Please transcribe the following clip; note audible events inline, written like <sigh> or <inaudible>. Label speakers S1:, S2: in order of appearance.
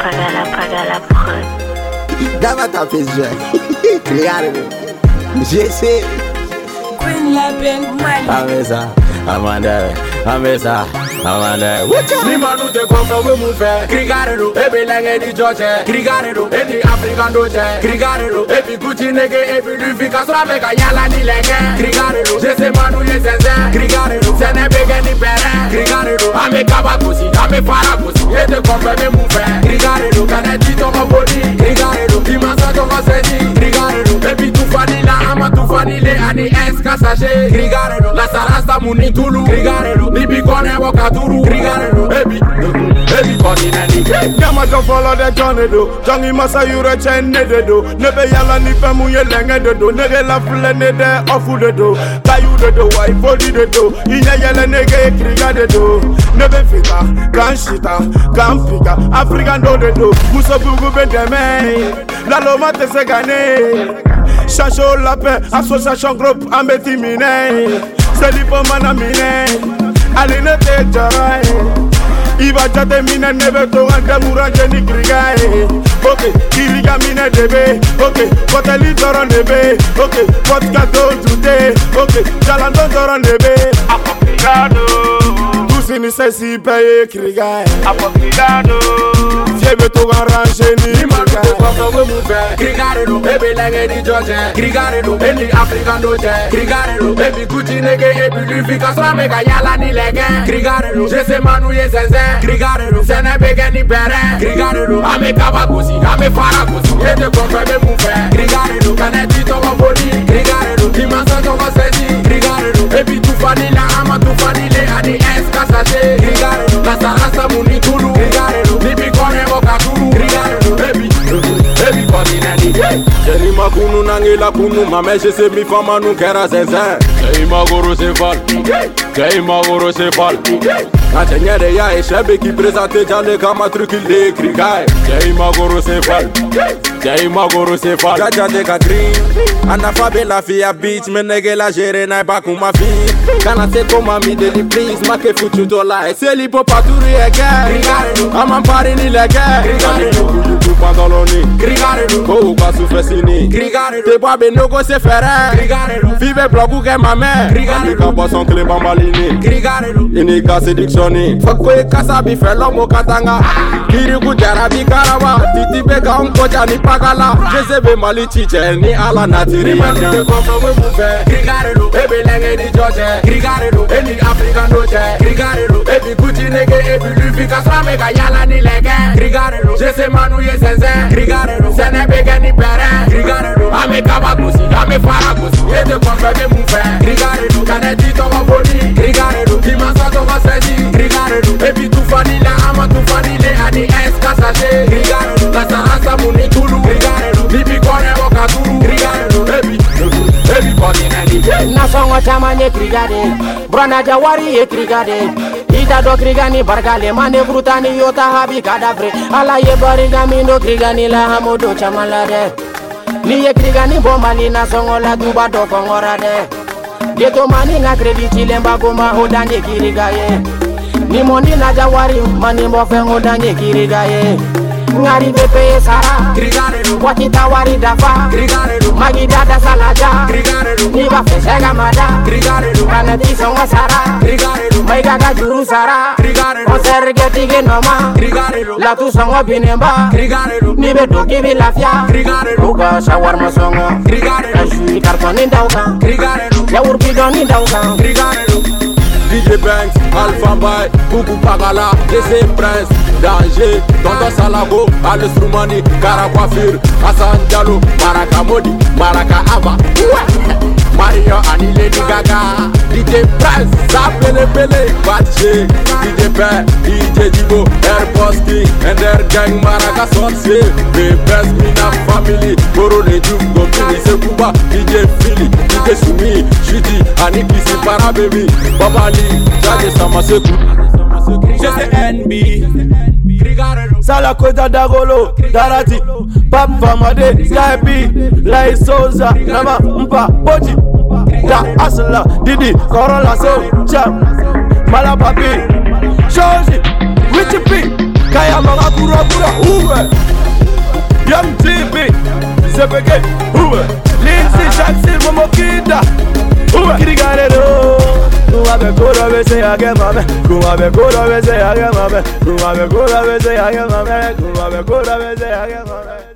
S1: Pagala, Pagala Prod.
S2: Dama ta fes jwen. <laughs> Regarde mwen. Jese.
S3: Queen Laben Mali.
S2: Ame sa. Amanda. Ame sa. Amanda. Woucha.
S4: ni manu tɛ kɔfɛ u bɛ mun fɛ kirikari do e bɛ lɛnkɛ ni jɔ cɛ kirikari do e ni afirikan do cɛ kirikari do e bi gucci nege e bi lufi ka sɔrɔ a bɛ ka yala ni lɛnkɛ kirikari do jese manu ye sɛnsɛn kirikari do sɛnɛ bɛ kɛ ni pɛrɛ kirikari do an bɛ kaba gosi an bɛ fara gosi e tɛ kɔfɛ bɛ mun fɛ kirikari do kɛnɛ ti tɔgɔ boli kirikari do i mansa tɔgɔ sɛji kirikari do e bi tufa ni la an ma tufa ni le ani ɛs ka sase kirikari do lasara samu ni tulu kirikari do ni bi kɔnɛ bɔ ka turu kirikari do e bi e bi kɔni na ni.
S5: Yama ka fɔlɔ de jɔn de do jɔnki masa yurɛ cɛ ne de do ne bɛ yala ni fɛn mun ye lɛngɛ de do nege lafilɛ ne dɛ ɔfu de do kayu de do wa ifoli de do i ɲɛ yɛlɛ nege kiriya de do ne bɛ fita k'an sita k'an fika afirikan do de do musobugu bɛ dɛmɛ laloma tɛ se ka ne ye. Chacho lapin, association groupe, en bêtis miné. C'est l'hypo manaminé. Allez, ne te jorai. Il va jeter miné, ne veut pas rendre mourant, je n'y grigaille. eh. Ok, il y a miné de bé. Ok, quand elle y t'aura de bé. Ok, quand tu as douté. Ok, j'allais t'aura de bé. Apopigado. Tous ils ne savent si payer, grigaille. Apopigado. Fier veut tout arranger, ni
S4: ni manu tɛ
S5: grigaille.
S4: kɔfɛ u bɛ mun fɛ kirikari do e bɛ lɛnkɛ ni jɔ cɛ kirikari do e ni afirikan do cɛ kirikari do e bi gucci nege e bi lufi ka sɔrɔ a bɛ ka yala ni lɛnkɛ kirikari do jese manu ye sɛnsɛn kirikari do sɛnɛ bɛ kɛ ni pɛrɛ kirikari do an bɛ kaba gosi an bɛ fara gosi e tɛ kɔfɛ bɛ mun fɛ kirikari do kɛnɛ ti tɔgɔ boli kirikari do i mansa tɔgɔ sɛji kirikari do e bi tufa ni la an ma tufa ni le ani ɛs ka sase kirikari do lasara samu ni tulu kirikari do ni bi kɔnɛ bɔ ka turu kirikari do e bi ebi kɔni nani.
S5: Chéri ma kunu nangi la kunu ma mais je sais mi fama nu kera sensen. Chéri ma goro se fal. Chéri ma goro se fal. Na chenye de ya e shebe ki prezante jane kama truki le kri kai. Chéri ma goro se fal. Chéri ma goro se fal. Jaja de ka green. Anafa be la fi a beach me nege la jere na ba kuma fi. Kana se koma mi de li please ma ke futu dola e se li po paturi e ke. Ama pari ni le ke. Tu pantaloni.
S4: kirikari do
S5: Ko o ka sufɛ sini.
S4: kirikari do
S5: Teba bɛ nogo se fɛrɛ.
S4: kirikari do
S5: Fi bɛ bulɔku kɛ mamɛ.
S4: Kirikari.
S5: Ani ka bɔsɔn kelen banbalini.
S4: kirikari do.
S5: I n'i ka sedikisɔni. Fako ye kasa bi fɛ lɔmu ka tanga. Kiriku jara bi karaba. Titi bɛ k'anw kɔja ni pagala. Jese bɛ Mali ci cɛ ni ala natiri ma
S4: Rimani tɛ
S5: ɲa.
S4: kɔfɛ u bɛ mun fɛ kirikari do e bɛ lɛnkɛ ni jɔ cɛ kirikari do e ni afirikan do cɛ kirikari do e bi gucci nege e bi lufi ka sɔrɔ a bɛ ka yala ni lɛnkɛ kirikari do jese manu ye sɛnsɛn kirikari do sɛnɛ bɛ kɛ ni pɛrɛ kirikari do an bɛ kaba gosi an bɛ fara gosi e tɛ kɔfɛ bɛ mun fɛ kirikari do kanɛ ti tɔgɔ boli kirikari do i mansa tɔgɔ sɛji kirikari do e bi tufa ni la an ma tufa ni le ani ɛs ka sase kirikari do lasara samu ni tulu kirikari do ni bi kɔnɛ bɔ ka turu kirikari do e bi Baby body nanny.
S6: nasɔngɔ caman ye kiriga de buranaja wari ye kiriga de ita dɔ kiriga ni barika le maneburuta ni yota habi ka dafiri ala ye bariga min do kiriga ni lahamu do caman la dɛ n'i ye kiriga ni bɔ mali nasɔngɔ la duba dɔ kɔngɔra dɛ detomani ka kredi cilenba goma o dan ye kiriga ye ni mɔni naja wari manibɔ fɛn o dan ye kiriga ye ŋari be peye sara
S4: Grigare do,
S6: waati ta wari dafa
S4: grigare do,
S6: magida dasalaja
S4: grigare do,
S6: n'i b'a fɛ sɛ ka mada
S4: grigare do,
S6: kana t'i sɔngɔ sara
S4: grigare do,
S6: mayiga ka juru sara
S4: Grigare do.
S6: kɔnsɛrikɛtigi nɔma
S4: grigare do,
S6: latu sɔngɔ binenba
S4: grigare do,
S6: n'i bɛ don k'i bi lafiya
S4: grigare
S6: u
S4: do,
S6: ka sawarima sɔngɔ
S4: grigare
S6: ka
S4: do,
S6: jui karitɔni daw kan
S4: grigare do,
S6: yawuru bidɔni daw kan
S4: grigare do.
S5: DJ Banks, Alpha Bay, Kuku Pagala, Jesse Prince, Danger, Tonton Salago, Alice Roumani, Karakwafir, Hassan Diallo, Maraka Modi, Maraka Ava, Ouah! Mario Ani Lady Gaga, DJ Prince, Sapele Pele, Batche, DJ Pé, DJ Digo, Air Bosky, Ender Gang, Maraka Sonse, The Best Mina Family, Koro de Jugo, Mini Sekuba, DJ Philly, DJ Sumi, Shitty, Ani Kisi Para Baby, Babali, Jade Samaseku.
S7: Salakweta Dagolo, Darati, Pap Famade, Sky B, Lai Sosa, Nama, Mpa, Pochi, Da Asla, Didi, Corolla, So, Jam, Malapapi, Shoji, Richie P, Kaya Mangakura, Kura, Uwe,
S4: sepeke uwe linsi shaksi momokita uwe kirigarero kumabe kura bese yage mame kumabe kura bese yage mame kumabe kura bese yage mame kumabe kura bese yage mame